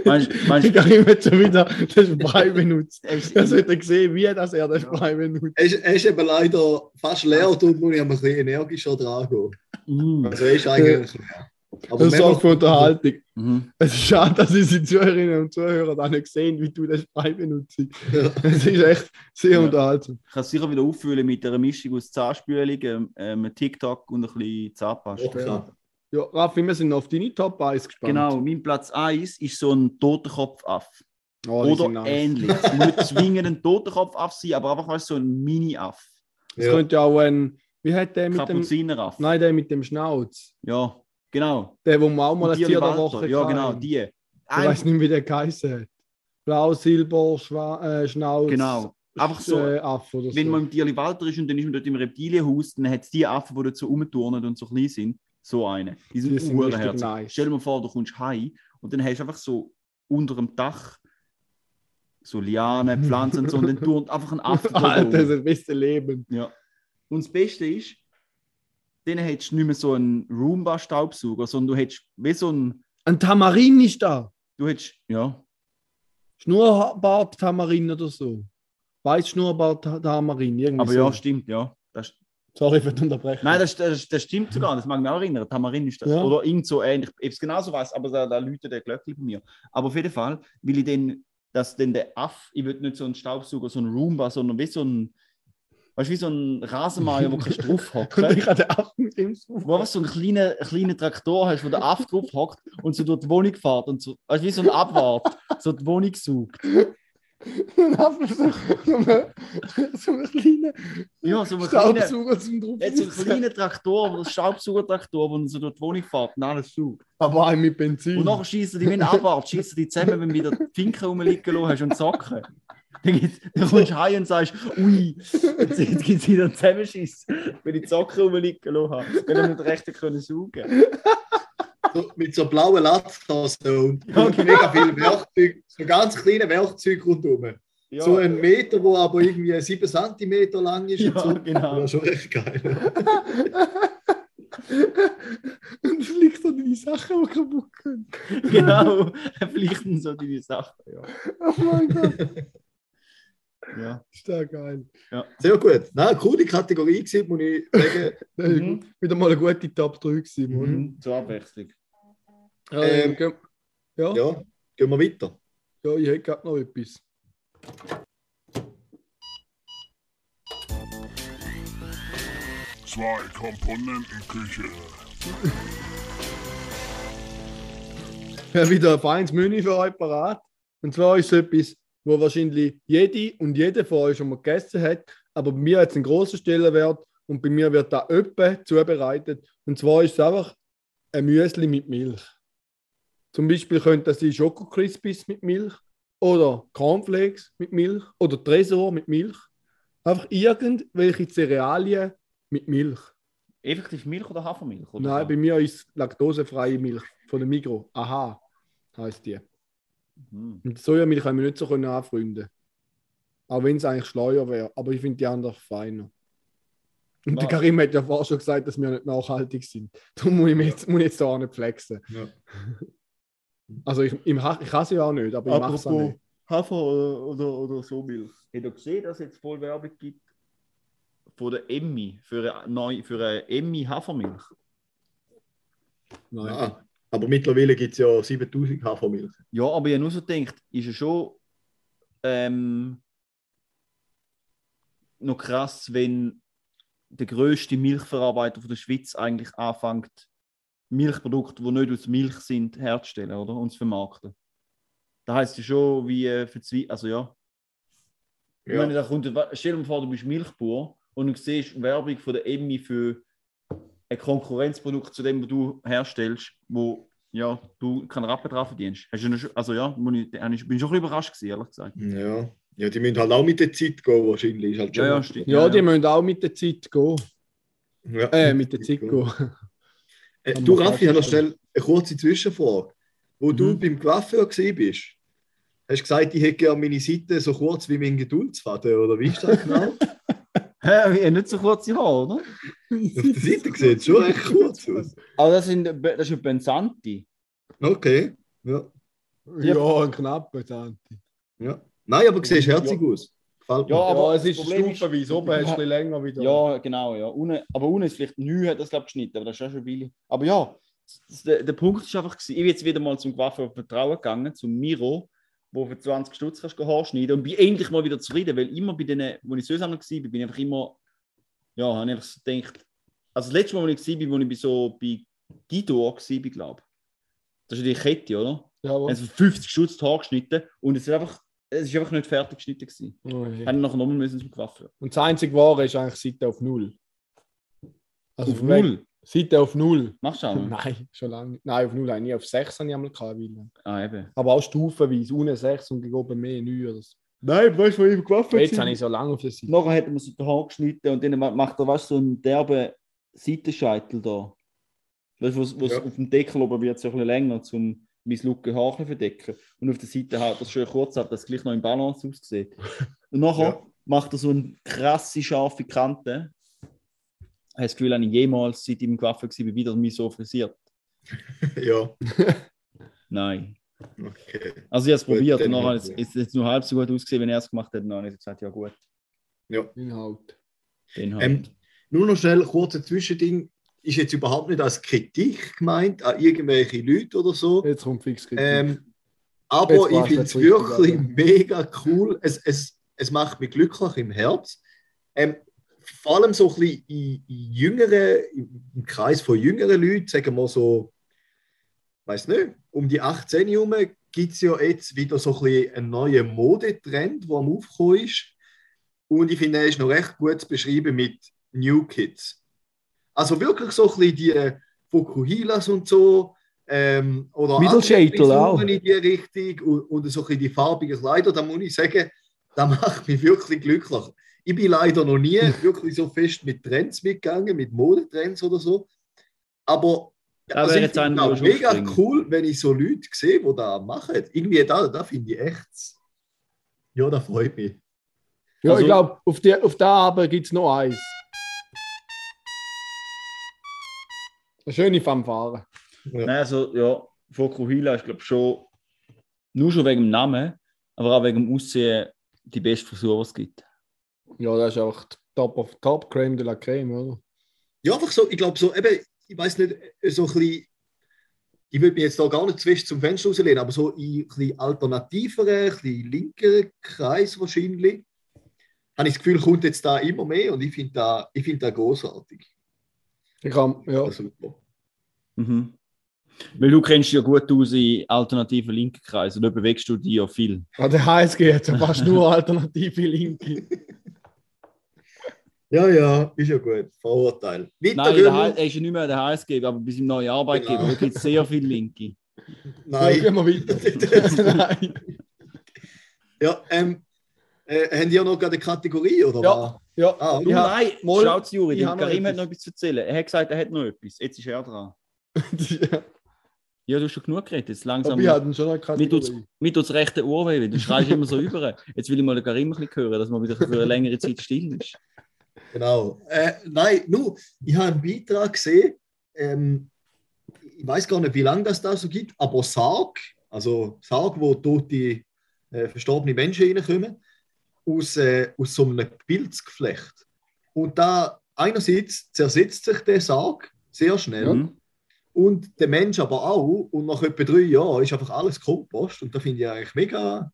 Speaker 3: Meinst
Speaker 5: Ich
Speaker 3: meinst-
Speaker 5: kann immer schon wieder den Brei benutzt.
Speaker 3: es-
Speaker 5: Das wird er gesehen, wie das er den Brei benutzt.
Speaker 6: Er ist, er ist eben leider fast leer, darum muss ich ein bisschen energischer dran gehen.
Speaker 3: Mm.
Speaker 6: Also er ist eigentlich leer. Aber
Speaker 5: Das ist auch für Unterhaltung.
Speaker 3: Mhm.
Speaker 5: Es ist schade, dass unsere Zuhörerinnen und Zuhörer da nicht sehen, wie du den Brei benutzt.
Speaker 6: Ja.
Speaker 5: Es ist echt sehr
Speaker 3: Ja.
Speaker 5: unterhaltsam.
Speaker 3: Ich kann es sicher wieder auffüllen mit einer Mischung aus Zahnspülung, ähm, ähm, TikTok und ein bisschen Zahnpasta.
Speaker 5: Oh,
Speaker 6: Auch klar.
Speaker 5: Ja, Raffi, wir sind noch auf deine Top 1 gespannt.
Speaker 3: Genau, mein Platz 1 ist so ein Totenkopfaff.
Speaker 5: Oh, die
Speaker 3: Oder
Speaker 5: sind nice.
Speaker 3: ähnlich. Es muss nicht zwingend ein Totenkopfaff sein, aber einfach weißt, du, so ein Mini-Aff.
Speaker 5: Es
Speaker 6: Ja.
Speaker 5: könnte ja auch ein. Wie hat der mit dem.
Speaker 3: Kapuzineraff.
Speaker 5: Nein, der mit dem Schnauz.
Speaker 3: Ja, genau.
Speaker 5: Der, wo wir auch mal
Speaker 3: Und
Speaker 5: ein
Speaker 3: die
Speaker 5: Tier der
Speaker 3: Walter.
Speaker 5: Woche
Speaker 3: Ja,
Speaker 5: hatten.
Speaker 3: genau, die.
Speaker 5: Ich
Speaker 3: Ein,
Speaker 5: weiß nicht, wie der geheißen hat. Blau, Silber, Schwa äh, Schnauz.
Speaker 3: genau. Einfach so,
Speaker 5: Äh, Affe oder
Speaker 3: wenn
Speaker 5: so.
Speaker 3: man im Tierli Walter ist und dann ist man dort im Reptilienhaus, dann hat es die Affen, die dort so rumturnen und so klein sind, so eine. Die sind,
Speaker 5: Die sind richtig
Speaker 3: urherzig.
Speaker 5: nice.
Speaker 3: Stell dir mal vor, du kommst heim und dann hast du einfach so unter dem Dach so Lianen, Pflanzen und so, und dann turnt einfach ein Affe
Speaker 5: Alter, das
Speaker 3: drüber
Speaker 5: ist
Speaker 3: rum.
Speaker 5: das beste Leben.
Speaker 3: ja. Und das Beste ist, dann hättest du nicht mehr so einen Roomba-Staubsauger, sondern du hättest wie so ein,
Speaker 5: Ein Tamarin ist da.
Speaker 3: du hättest, ja,
Speaker 5: Schnurrbart Tamarin oder so. Weiß Schnurrbart Ta- Tamarin. Irgendwie
Speaker 3: aber
Speaker 5: so.
Speaker 3: ja, stimmt, ja. Das,
Speaker 5: Sorry für die Unterbrechung.
Speaker 3: nein, das, das, das stimmt sogar, das mag ich mich auch erinnern. Tamarin ist das.
Speaker 5: Ja.
Speaker 3: Oder irgend so ähnlich. Ich es genauso weiß, aber da, da läutet der Glöckchen bei mir. Aber auf jeden Fall will ich den, dass denn der Aff, ich will nicht so einen Staubsauger, so einen Roomba, sondern wie so ein, weißt du, wie so ein Rasenmäher, wo kannst du draufhocken.
Speaker 5: Und ich hatte Affen im Sofa.
Speaker 3: wo du so einen kleinen, kleinen Traktor hast, wo der Aff drauf hockt und so durch die Wohnung fährt und so, weißt du, wie so ein Abwart, so die Wohnung saugt.
Speaker 5: Ein Affen so, so, einen- so einen kleinen
Speaker 3: Ja, so ein kleiner,
Speaker 5: Staubsauger zum drauf.
Speaker 3: jetzt so ein kleiner Traktor, ein Staubsaugertraktor, wo so durch die Wohnung fährt und alles saugt.
Speaker 5: Aber auch mit Benzin.
Speaker 6: Mhm.
Speaker 3: Und nachher schießen die wie ein Abwart, schießen die zusammen, wenn du wieder die Finken rumliegen lassen hast und Socken. Dann, gibt's- dann kommst du heim und sagst, ui, jetzt jetzt gibt es wieder einen Zusammenschiss, wenn ich die Socken rumliegen lassen habe. Dann haben wir nicht recht können saugen.
Speaker 6: So, mit so blauen Latztassen und
Speaker 3: Ja, genau.
Speaker 6: mega viel Werkzeug, so ganz kleine Werkzeug rundherum.
Speaker 3: Ja,
Speaker 6: So ein Meter, wo aber irgendwie 7 cm lang ist.
Speaker 3: ja
Speaker 6: und so. Das
Speaker 3: genau.
Speaker 6: war schon recht geil.
Speaker 5: Und fliegt so deine Sachen, die kaputt gehen.
Speaker 3: genau. Vielleicht so deine Sachen. Ja.
Speaker 5: Oh mein Gott.
Speaker 3: Ja.
Speaker 5: Ist das geil.
Speaker 6: Sehr gut. Nein, coole Kategorie gewesen, muss ich sagen.
Speaker 5: Das ist
Speaker 3: Mhm.
Speaker 5: Wieder mal eine gute Top 3 gewesen. Mann.
Speaker 3: Zur Abwechslung.
Speaker 5: Ja,
Speaker 6: Ähm,
Speaker 5: gehen- ja, ja.
Speaker 6: Ja, gehen wir weiter.
Speaker 5: ich hätte gerade noch etwas.
Speaker 7: Zwei Komponentenküche.
Speaker 5: Ja, wieder ein feines Menü für euch parat. Und zwar ist es etwas, wo wahrscheinlich jede und jede von euch schon mal gegessen hat, aber bei mir hat es einen grossen Stellenwert und bei mir wird da öppe zubereitet. Und zwar ist es einfach ein Müsli mit Milch. Zum Beispiel könnte das sein Schoko Crispies mit Milch oder Cornflakes mit Milch oder Tresor mit Milch. Einfach irgendwelche Cerealien mit Milch.
Speaker 3: Effektiv Milch oder Hafermilch? Oder
Speaker 5: Nein, bei mir ist laktosefreie Milch von der Migro. Aha, heißt die.
Speaker 3: Mhm.
Speaker 5: Mit Sojamilch haben wir nicht so können anfreunden. Auch wenn es eigentlich schleuer wäre. Aber ich finde die anderen feiner. Und der
Speaker 3: Was?
Speaker 5: Karim hat ja vorher schon gesagt, dass wir nicht nachhaltig sind. Darum muss ich mich jetzt, muss ich jetzt auch nicht flexen.
Speaker 6: Ja.
Speaker 5: Also ich, ich, mach- ich kann sie auch nicht, aber ich mache es auch
Speaker 3: Apropos
Speaker 5: nicht.
Speaker 3: Hafer oder, oder, oder so Milch. Habt ihr gesehen, dass es jetzt voll Werbung gibt von der Emmy für eine, neue, für eine Emmy Hafermilch?
Speaker 5: Nein.
Speaker 6: Ah, aber mittlerweile gibt es ja 7000 Hafermilch.
Speaker 3: Ja, aber ich habe nur so gedacht, ist ja schon ähm, noch krass, wenn der grösste Milchverarbeiter von der Schweiz eigentlich anfängt, Milchprodukte, die nicht aus Milch sind, herzustellen oder? und zu vermarkten. Das heisst ja schon, wie äh, verzweifelt. Also ja. Ich meine, da kommt, stell dir vor, du bist Milchbauer und du siehst Werbung von der Emmy für ein Konkurrenzprodukt zu dem, was du herstellst, wo ja, du keinen Rappen drauf verdienst. Hast du noch schon- also ja, muss ich, da bin ich schon ein bisschen überrascht gewesen, ehrlich gesagt.
Speaker 6: Ja. ja, die müssen halt auch mit der Zeit gehen, wahrscheinlich. Ist halt schon
Speaker 3: Ja, ja, stimmt.
Speaker 5: Ja, die müssen auch mit der Zeit gehen.
Speaker 6: Ja.
Speaker 5: Äh, mit der Zeit gehen.
Speaker 6: Äh,
Speaker 5: Kann
Speaker 6: du,
Speaker 5: man Mhm.
Speaker 6: Raffi, ich habe
Speaker 5: feststellen.
Speaker 6: noch schnell eine kurze Zwischenfrage. Wo du beim Coiffeur warst, hast du gesagt, ich hätte gerne meine Seite so kurz wie mein Geduldsfaden, oder wie ist das genau?
Speaker 3: Hä, wir haben nicht so kurze Haare, oder?
Speaker 6: Auf der Seite sieht es schon recht kurz aus.
Speaker 3: Aber das, sind, das ist ein Pensanti.
Speaker 6: Okay, ja.
Speaker 5: Ja, ein knapper Tante.
Speaker 6: ja. Nein, aber du siehst herzig aus. Gefällt mir.
Speaker 3: Ja,
Speaker 5: Aber
Speaker 3: aber
Speaker 5: es ist
Speaker 3: das Problem ist-
Speaker 5: stufenweise. Oben ist es ein bisschen länger wieder.
Speaker 3: Ja, genau, ja. Ohne, aber ohne ist vielleicht neu hat das glaube ich geschnitten, aber das ist auch schon billig. Aber ja, s- s- der, der Punkt ist einfach, gewesen, ich bin jetzt wieder mal zum Gewaffen auf Vertrauen gegangen, zum Miro, wo für 20 Stutz kannst du Haare schneiden und bin endlich mal wieder zufrieden, weil immer bei denen, wo ich zusammen war, bin ich einfach immer, ja, habe ich einfach so gedacht, also das letzte Mal, wo ich war, wo ich bei so bei Guido war, glaube ich. Das ist die Kette, oder?
Speaker 5: Jawohl.
Speaker 3: Also 50 Stutz die Haare geschnitten und es ist einfach, es ist einfach nicht fertig geschnitten gewesen.
Speaker 5: Oh, hey.
Speaker 3: Hätte ich nachher nochmal müssen zum Gewaffen.
Speaker 5: Und das einzige Wahre ist eigentlich Seite auf Null. Also
Speaker 3: Auf
Speaker 5: von wegen-
Speaker 3: null?
Speaker 5: Seite auf Null.
Speaker 3: Machst du auch? mal?
Speaker 5: Nein, schon lange nicht. Nein, auf Null habe ich nie. Auf 6 habe ich einmal gehabt. Willen.
Speaker 3: Ah, eben.
Speaker 5: Aber auch stufenweise. Unten 6 und gegen oben mehr 9 oder so.
Speaker 3: Nein, weißt du, wo ich gewaffen
Speaker 5: Jetzt habe ich so lange auf der Seite.
Speaker 3: Nachher hat man so den Haar geschnitten und dann ma- macht er weißt, du, so einen derben Seitenscheitel da. Weißt du, was, was
Speaker 6: Ja.
Speaker 3: auf dem Deckel oben wird, so ein bisschen länger, zum mein Lücken Haar ein bisschen verdecken. Und auf der Seite halt das schön kurz ab, dass es gleich noch im Balance aussieht. Und nachher
Speaker 5: Ja.
Speaker 3: macht er so eine krasse, scharfe Kante. Ich habe das Gefühl, habe ich jemals seit ich im Gewaffen war, wieder mich so frisiert.
Speaker 6: Ja,
Speaker 3: Nein.
Speaker 6: okay.
Speaker 3: Also ich habe es
Speaker 6: Gut,
Speaker 3: probiert und
Speaker 6: dann
Speaker 3: nachher hat es
Speaker 6: nicht.
Speaker 3: es jetzt nur halb so gut ausgesehen, wenn er es gemacht hat. Und dann habe ich gesagt, ja gut,
Speaker 5: Inhalt.
Speaker 3: den halt.
Speaker 6: Ähm, Nur noch schnell kurz ein Zwischending. Ist jetzt überhaupt nicht als Kritik gemeint an irgendwelche Leute oder so.
Speaker 5: Jetzt kommt fix Kritik.
Speaker 6: Ähm, aber
Speaker 5: Jetzt war's
Speaker 6: ich finde es
Speaker 5: jetzt richtig,
Speaker 6: wirklich
Speaker 5: Alter.
Speaker 6: mega cool. Es, es, es macht mich glücklich im Herz. Ähm, vor allem so ein bisschen in, in jüngeren, im Kreis von jüngeren Leuten, sagen wir so, weiß nicht, um die 18 herum gibt es ja jetzt wieder so ein bisschen einen neuen Modetrend, der am Aufkommen ist. Und ich finde, er ist noch recht gut zu beschreiben mit New Kids. Also wirklich so ein bisschen die äh, Fukuhilas und so. Ähm, oder
Speaker 8: Middle
Speaker 6: andere
Speaker 8: Scheitel
Speaker 6: Frisuren
Speaker 8: auch.
Speaker 6: in die Richtung und, und so ein bisschen die farbigen Kleider. Da muss ich sagen, das macht mich wirklich glücklich. Ich bin leider noch nie wirklich so fest mit Trends mitgegangen, mit Modetrends oder so. Aber
Speaker 3: Da
Speaker 6: also
Speaker 3: wäre
Speaker 6: ich
Speaker 3: jetzt einer, der
Speaker 6: finde das
Speaker 3: würde
Speaker 6: mega
Speaker 3: aufspringen.
Speaker 6: cool, wenn ich so Leute sehe, die das machen. Irgendwie da, da finde ich echt. Ja, das freut mich.
Speaker 5: ja,
Speaker 3: also-
Speaker 5: ich glaube, auf, die- auf der Abend gibt es noch eins. Eine schöne Fanfare.
Speaker 3: Nein, also ja, Fokuhila ist glaube ich schon nur schon wegen dem Namen, aber auch wegen dem Aussehen die beste Frisur, die es gibt.
Speaker 5: Ja, das ist einfach Top of Top, Creme de la Creme, oder?
Speaker 6: Ja, einfach so, ich glaube so, eben, ich weiß nicht, äh, so ein bisschen, ich würde mich jetzt da gar nicht zwischen zum Fenster rauslehnen, aber so in ein bisschen alternativeren, ein bisschen linkeren Kreis wahrscheinlich, habe ich das Gefühl, kommt jetzt da immer mehr und ich finde da, ich finde da großartig.
Speaker 5: Ich kann, ja.
Speaker 6: Also, super.
Speaker 3: Mhm. Weil du kennst dich ja gut aus in alternativen linken Kreisen und da bewegst du dich ja viel.
Speaker 5: Ah, der HSG hat ja fast nur alternative Linke.
Speaker 6: Ja, ja, ist ja gut. Vorurteil. Weiter
Speaker 3: Nein,
Speaker 6: gehen
Speaker 3: der
Speaker 6: wir.
Speaker 3: H- er ist ja nicht mehr der HSG, aber bis im neuen Arbeitgeber
Speaker 6: Genau.
Speaker 3: da gibt es sehr viele Linke.
Speaker 5: äh, Ja,
Speaker 6: Nein.
Speaker 5: gehen wir weiter. Nein.
Speaker 6: Ja, ähm, äh, haben die ja noch gerade eine Kategorie, oder
Speaker 5: Ja.
Speaker 6: was?
Speaker 5: Ja,
Speaker 6: Ah,
Speaker 5: Ich hab-
Speaker 3: nein,
Speaker 5: Moll,
Speaker 3: schaut's Juri,
Speaker 5: ich
Speaker 3: der
Speaker 5: hab noch
Speaker 3: Karim hat
Speaker 5: etwas.
Speaker 3: noch etwas zu erzählen. Er hat gesagt, er hat noch etwas. Jetzt ist er dran. Ja, du hast schon genug geredet. Jetzt langsam.
Speaker 5: aber ich hatte schon eine
Speaker 3: Mir tut's,
Speaker 5: Kategorie.
Speaker 3: mir tut's rechte Ohr weh, weil du schreist immer so über. Jetzt will ich mal den Karim ein bisschen hören, dass man wieder für eine längere Zeit still ist.
Speaker 6: Genau. Äh, nein, nur, ich habe einen Beitrag gesehen, ähm, ich weiß gar nicht, wie lange das da so gibt, aber Sarg, also Sarg, wo tote, äh, verstorbene Menschen reinkommen, aus, äh, aus so einem Pilzgeflecht. Und da einerseits zersetzt sich der Sarg sehr schnell
Speaker 3: Mhm.
Speaker 6: und der Mensch aber auch und nach etwa drei Jahren ist einfach alles Kompost und da finde ich eigentlich mega,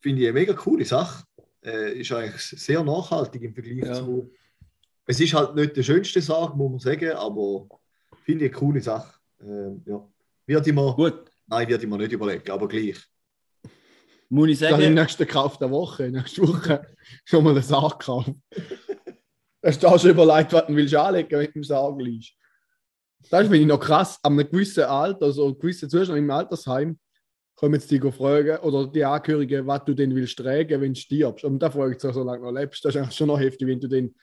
Speaker 6: finde ich eine mega coole Sache. Äh, ist eigentlich sehr nachhaltig im Vergleich
Speaker 5: Ja.
Speaker 6: zu. Es ist halt nicht der schönste Sarg, muss man sagen, aber finde ich eine coole Sache. Ähm, ja. Wird immer,
Speaker 3: Gut,
Speaker 6: nein, wird immer nicht überlegen, aber gleich.
Speaker 3: muss ich
Speaker 5: Ich habe den
Speaker 3: sagen,
Speaker 5: nächsten Kauf der Woche, nächste Woche, schon mal einen Sarg gekauft. Hast du auch schon überlegt, was du willst anlegen wenn du im Sarg liegst? Das finde ich noch krass. An einem gewissen Alter, also einem gewissen Zustand im Altersheim, kommen jetzt die fragen oder die Angehörigen, was du denn willst tragen, wenn du stirbst. Und da frage ich so lange noch lebst. Das ist eigentlich schon noch heftig, wenn du den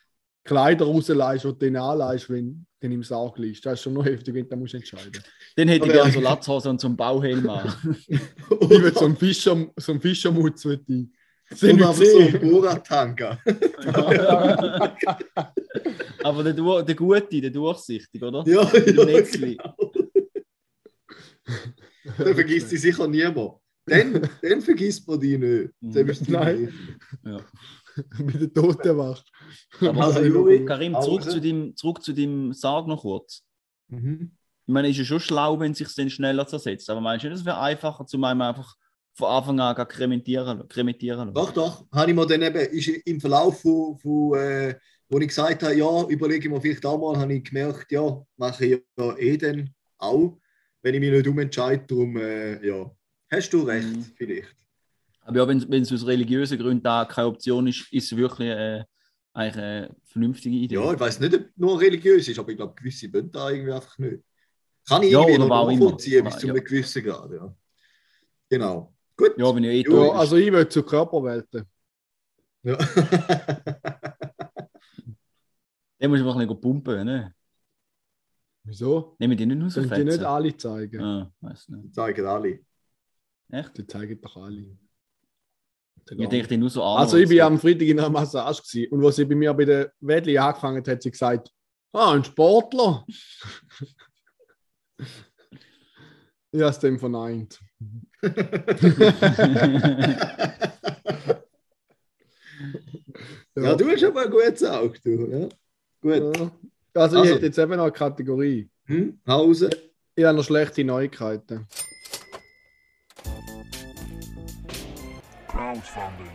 Speaker 5: Kleider rausleihst und den anleihst, wenn du im Sarg liegst. Das ist schon noch heftig, wenn du da musst entscheiden.
Speaker 3: dann hätte ich
Speaker 6: Aber
Speaker 3: gerne
Speaker 6: ja.
Speaker 3: so Latzhosen und so einen Bauhelm an.
Speaker 5: Ich will so einen Fischer, so einen Fischermutz würde ich. Sind
Speaker 6: und
Speaker 5: wir
Speaker 6: aber so
Speaker 5: gesehen?
Speaker 6: ein Borat-Tanker.
Speaker 3: Aber der, Du- der Gute, der Durchsichtige, oder?
Speaker 6: ja,
Speaker 3: Mit dem
Speaker 6: ja,
Speaker 3: Netzli.
Speaker 6: dann vergisst die sicher niemand. Dann, dann vergisst man die nicht. Dann bist du
Speaker 5: Nein.
Speaker 6: gleich.
Speaker 5: mit der Totenwacht.
Speaker 6: Also,
Speaker 3: Aber
Speaker 6: Juri,
Speaker 3: Karim, zurück zu, deinem, zurück zu deinem Sarg noch kurz.
Speaker 6: Mhm.
Speaker 3: Ich meine, ist ja schon schlau, wenn es sich dann schneller zersetzt. Aber meinst du, nicht, es wäre einfacher, zu meinem einfach von Anfang an gar krementieren? krementieren lassen?
Speaker 6: Doch, doch. Habe ich mir dann eben, ist im Verlauf, von, von, äh, wo ich gesagt habe, ja, überlege ich mir vielleicht auch mal, habe ich gemerkt, ja, mache ich ja eh dann auch, wenn ich mich nicht umentscheide. Darum, äh, ja, hast du recht,
Speaker 3: Mhm.
Speaker 6: vielleicht.
Speaker 3: Aber ja, wenn es aus religiösen Gründen da keine Option ist, ist es wirklich äh, eigentlich eine vernünftige Idee.
Speaker 6: Ja, ich weiß nicht, ob nur religiös ist, aber ich glaube, gewisse wollen da irgendwie einfach nicht. Kann ich
Speaker 3: Ja,
Speaker 6: irgendwie
Speaker 3: oder
Speaker 6: noch
Speaker 3: was auch
Speaker 6: nachvollziehen
Speaker 3: immer.
Speaker 6: bis zu
Speaker 3: Ja.
Speaker 6: einem gewissen Grad, ja. Genau. Gut.
Speaker 3: Ja, wenn ich eh
Speaker 5: Ja,
Speaker 3: tot bin.
Speaker 5: also ich will zu Körperwelten.
Speaker 6: Ja.
Speaker 3: Dann musst du einfach ein bisschen pumpen. Ne?
Speaker 5: Wieso?
Speaker 3: Nehmen die nicht
Speaker 5: Sollen die nicht
Speaker 3: rausfetzen?
Speaker 5: alle zeigen?
Speaker 3: Ah, weiß nicht.
Speaker 6: Zeigen alle.
Speaker 3: Echt?
Speaker 5: Die zeigen doch alle.
Speaker 3: Ich denke nur so an.
Speaker 5: Also ich bin am Freitag in einer Massage gewesen, und als sie bei mir bei der Wedli angefangen hat, hat sie gesagt, ah, ein Sportler. ich habe es dem verneint.
Speaker 6: ja, du hast schon mal gut gesagt, du. Ja? Gut.
Speaker 5: Ja. Also, ich
Speaker 6: Also.
Speaker 5: hätte jetzt eben noch eine Kategorie.
Speaker 6: Hm? Hause.
Speaker 5: Ich habe noch schlechte Neuigkeiten.
Speaker 7: Crowdfunding.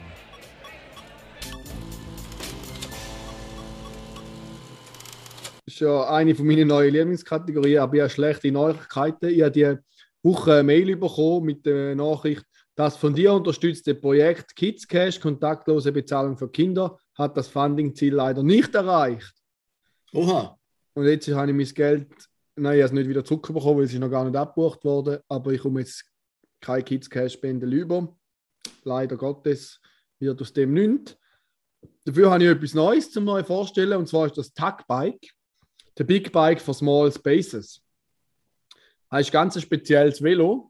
Speaker 5: Das ist ja eine von meinen neuen Lieblingskategorien, aber ich habe schlechte Neuigkeiten. Ich habe diese Woche eine Mail bekommen mit der Nachricht, das von dir unterstützte Projekt Kids Cash, kontaktlose Bezahlung für Kinder, hat das Funding-Ziel leider nicht erreicht.
Speaker 6: Oha.
Speaker 5: Und jetzt habe ich mein Geld, nein, ich habe es nicht wieder zurückbekommen, weil es ist noch gar nicht abgebucht worden. Aber ich komme jetzt keine Kids Cash Spenden über. Leider Gottes wird aus dem nichts. Dafür habe ich etwas Neues zum euch vorstellen und zwar ist das Tag Bike, der Big Bike for Small Spaces. Das ist ganz ein spezielles Velo,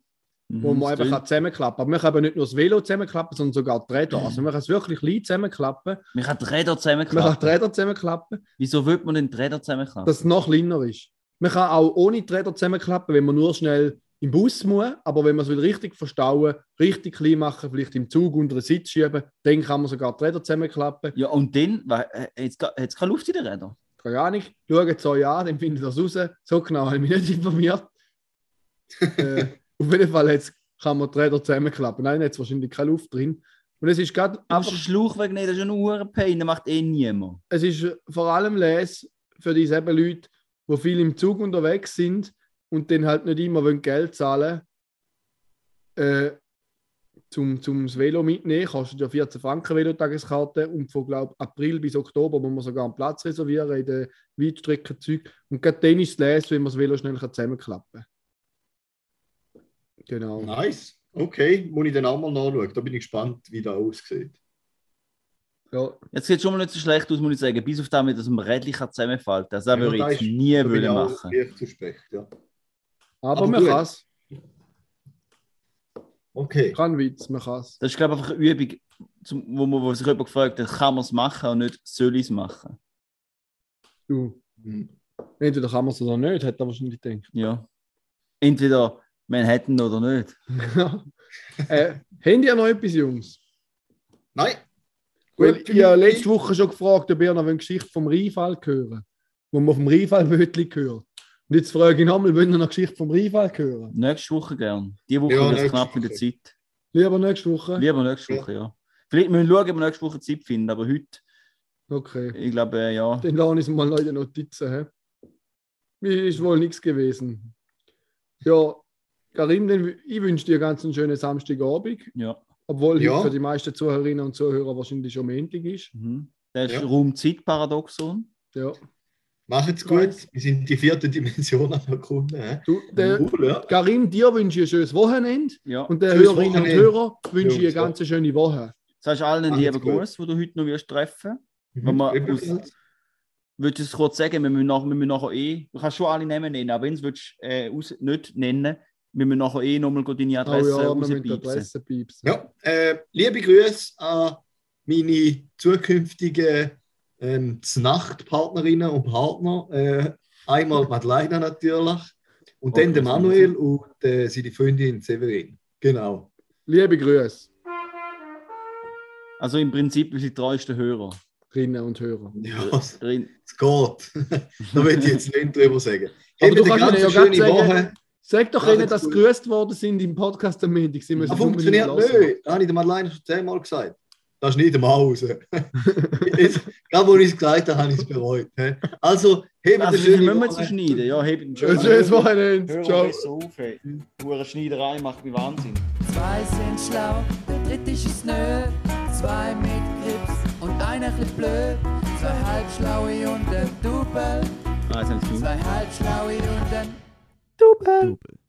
Speaker 3: Mhm,
Speaker 5: wo man einfach kann zusammenklappen kann. Aber man kann eben nicht nur das Velo zusammenklappen, sondern sogar die Räder. Also man kann es wirklich klein zusammenklappen,
Speaker 3: Man kann die Räder
Speaker 5: man kann die
Speaker 3: zusammenklappen.
Speaker 5: Räder zusammenklappen
Speaker 3: Wieso wird man denn die Räder zusammenklappen?
Speaker 5: dass es noch kleiner ist. Man kann auch ohne die Räder zusammenklappen, wenn man nur schnell im Bus muss, aber wenn man es will richtig verstauen, richtig klein machen, vielleicht im Zug unter den Sitz schieben, dann kann man sogar die Räder zusammenklappen.
Speaker 3: Ja, und dann, weil, äh, jetzt hat es keine Luft in den Rädern.
Speaker 5: Keine Ahnung, schaut es euch an, dann findet ihr das raus. So genau habe ich mich nicht informiert. äh, auf jeden Fall jetzt kann man die Räder zusammenklappen. Nein, jetzt wahrscheinlich keine Luft drin. Und es ist gerade
Speaker 3: Aber der Schlauchweg nicht, das ist ein Uhrenpain, den macht eh niemand.
Speaker 5: es ist vor allem les für diese eben Leute, die viel im Zug unterwegs sind und dann halt nicht immer wollen Geld zahlen äh, zum, zum das Velo mitnehmen. Kostet ja 14 Franken Velotageskarte und von glaub, April bis Oktober muss man sogar einen Platz reservieren in den Weitstreckenzeug. Und gerade dann ist es les, wenn man das Velo schnell kann zusammenklappen kann. Genau.
Speaker 6: Nice. Okay, muss ich dann auch mal nachschauen. Da bin ich gespannt, wie das aussieht.
Speaker 5: Ja,
Speaker 3: Jetzt sieht schon mal nicht so schlecht aus, muss ich sagen. Bis auf damit, dass man Rädchen kann zusammenfalten kann. Das
Speaker 6: Ja,
Speaker 3: würde ich
Speaker 6: da
Speaker 3: jetzt
Speaker 6: ist-
Speaker 3: nie
Speaker 6: Da bin
Speaker 3: wollen
Speaker 6: ich auch
Speaker 3: machen.
Speaker 6: leicht suspekt, ja.
Speaker 5: aber,
Speaker 6: Aber
Speaker 5: man
Speaker 6: gut.
Speaker 5: kann es.
Speaker 6: Okay.
Speaker 5: Kein Witz, man kann es.
Speaker 3: Das ist, glaube ich, einfach eine Übung, zum, wo, man, wo sich jemand gefragt hat, kann man es machen und nicht, soll ich es machen?
Speaker 5: Du,
Speaker 6: Hm.
Speaker 5: Entweder kann man es oder nicht, hat er wahrscheinlich gedacht.
Speaker 3: Ja. Entweder Manhattan oder nicht.
Speaker 5: Ja. äh, habt ihr noch etwas, Jungs?
Speaker 6: Nein.
Speaker 5: Weil
Speaker 6: für
Speaker 5: ich habe
Speaker 6: mich-
Speaker 5: letzte Woche schon gefragt, ob ihr noch eine Geschichte vom Rheinfall hören wo man vom Rheinfall wirklich hört. Und jetzt frage ich nochmal, wollt ihr noch eine Geschichte vom Rheinfall hören?
Speaker 3: Nächste Woche gern. Die Woche
Speaker 6: Ja,
Speaker 3: wird es
Speaker 6: nächste
Speaker 3: knapp mit der
Speaker 6: Woche.
Speaker 3: Zeit.
Speaker 5: Lieber nächste Woche?
Speaker 3: Lieber nächste Woche, ja. Vielleicht müssen wir schauen, ob wir nächste Woche Zeit finden, aber heute,
Speaker 5: Okay.
Speaker 3: ich glaube, äh, ja.
Speaker 5: Dann lasse ich es mal noch in den Notizen. He? Mir ist wohl nichts gewesen. Ja, Karim, dann, ich wünsche dir ganz einen schönen Samstagabend,
Speaker 3: ja.
Speaker 5: obwohl
Speaker 6: Ja.
Speaker 5: heute für die meisten Zuhörerinnen und Zuhörer wahrscheinlich schon Montag ist.
Speaker 3: Mhm. Das ist
Speaker 6: Ja.
Speaker 3: Raum-Zeit-Paradoxon.
Speaker 5: Ja.
Speaker 6: Macht's gut. Wir sind die vierte Dimension am Erkunden. hä?
Speaker 5: Du, der,
Speaker 6: Cool, ja.
Speaker 5: Karim, dir wünsche ich ein schönes Wochenende.
Speaker 3: Ja.
Speaker 5: Und den
Speaker 6: Tschüss,
Speaker 5: Hörerinnen und
Speaker 6: Wochenende.
Speaker 5: Hörern wünsche ich eine
Speaker 6: Jungs, ja.
Speaker 5: ganz schöne Woche.
Speaker 3: Sagst allen einen
Speaker 6: Alles
Speaker 3: lieben
Speaker 6: gut.
Speaker 3: Gruß, den du heute noch wirst treffen Wenn man aus-
Speaker 6: Mhm. Ebenfalls.
Speaker 3: Würdest du es kurz sagen? Wir müssen, nach, wir müssen nachher eh. Du kannst schon alle Namen nennen, aber wenn du es äh, aus- nicht nennen wir müssen nachher eh nochmal deine
Speaker 5: Oh ja,
Speaker 3: Adresse
Speaker 5: wir müssen die
Speaker 3: rauspiepsen.
Speaker 5: Adresse piepsen.
Speaker 6: Ja, äh, liebe Grüße an meine zukünftigen ähm, Znacht-Partnerinnen und Partner. Äh, einmal Madeleine natürlich und dann
Speaker 3: Okay,
Speaker 6: der
Speaker 3: so
Speaker 6: Manuel und äh, seine Freundin Severin. Genau.
Speaker 5: Liebe Grüße,
Speaker 3: Also im Prinzip unsere treuesten Hörer. Also,
Speaker 5: Rinnen und Hörer.
Speaker 6: Ja, es
Speaker 3: Drin.
Speaker 6: es geht. da will ich jetzt nicht drüber sagen.
Speaker 5: Aber du
Speaker 6: Habt eine
Speaker 5: kannst ihnen ja
Speaker 6: ganz
Speaker 5: ganz
Speaker 6: schöne
Speaker 5: sagen,
Speaker 6: Woche. Ah,
Speaker 5: sag doch
Speaker 6: Ja,
Speaker 5: ihnen,
Speaker 6: das
Speaker 5: dass
Speaker 6: ist
Speaker 5: sie
Speaker 6: gut.
Speaker 5: gegrüßt worden sind im Podcast am Montag. Sie müssen
Speaker 6: Das
Speaker 5: es unbedingt
Speaker 6: funktioniert
Speaker 5: hören.
Speaker 6: nicht. Das habe ich der Madeleine schon zehnmal gesagt. Das ist nicht einmal raus. Jetzt, Gerade wo ich es gesagt habe, habe ich es bereut. hä? Also, heben
Speaker 3: Also,
Speaker 6: eine
Speaker 3: wir
Speaker 6: schöne
Speaker 3: müssen jetzt
Speaker 6: Woche.
Speaker 3: so schneiden. Ja, heb den
Speaker 5: Ein schönes Wochenende.
Speaker 3: Hör
Speaker 5: Ciao.
Speaker 3: besser auf, ey. Hure Schneiderei macht mich Wahnsinn.
Speaker 2: Zwei sind schlau, der dritte ist es nö. Zwei mit Grips und einer chli blöd. Zwei halbschlaue und ein Double.
Speaker 3: Ah, jetzt haben sie
Speaker 2: Zwei halbschlaue und ein
Speaker 8: Double.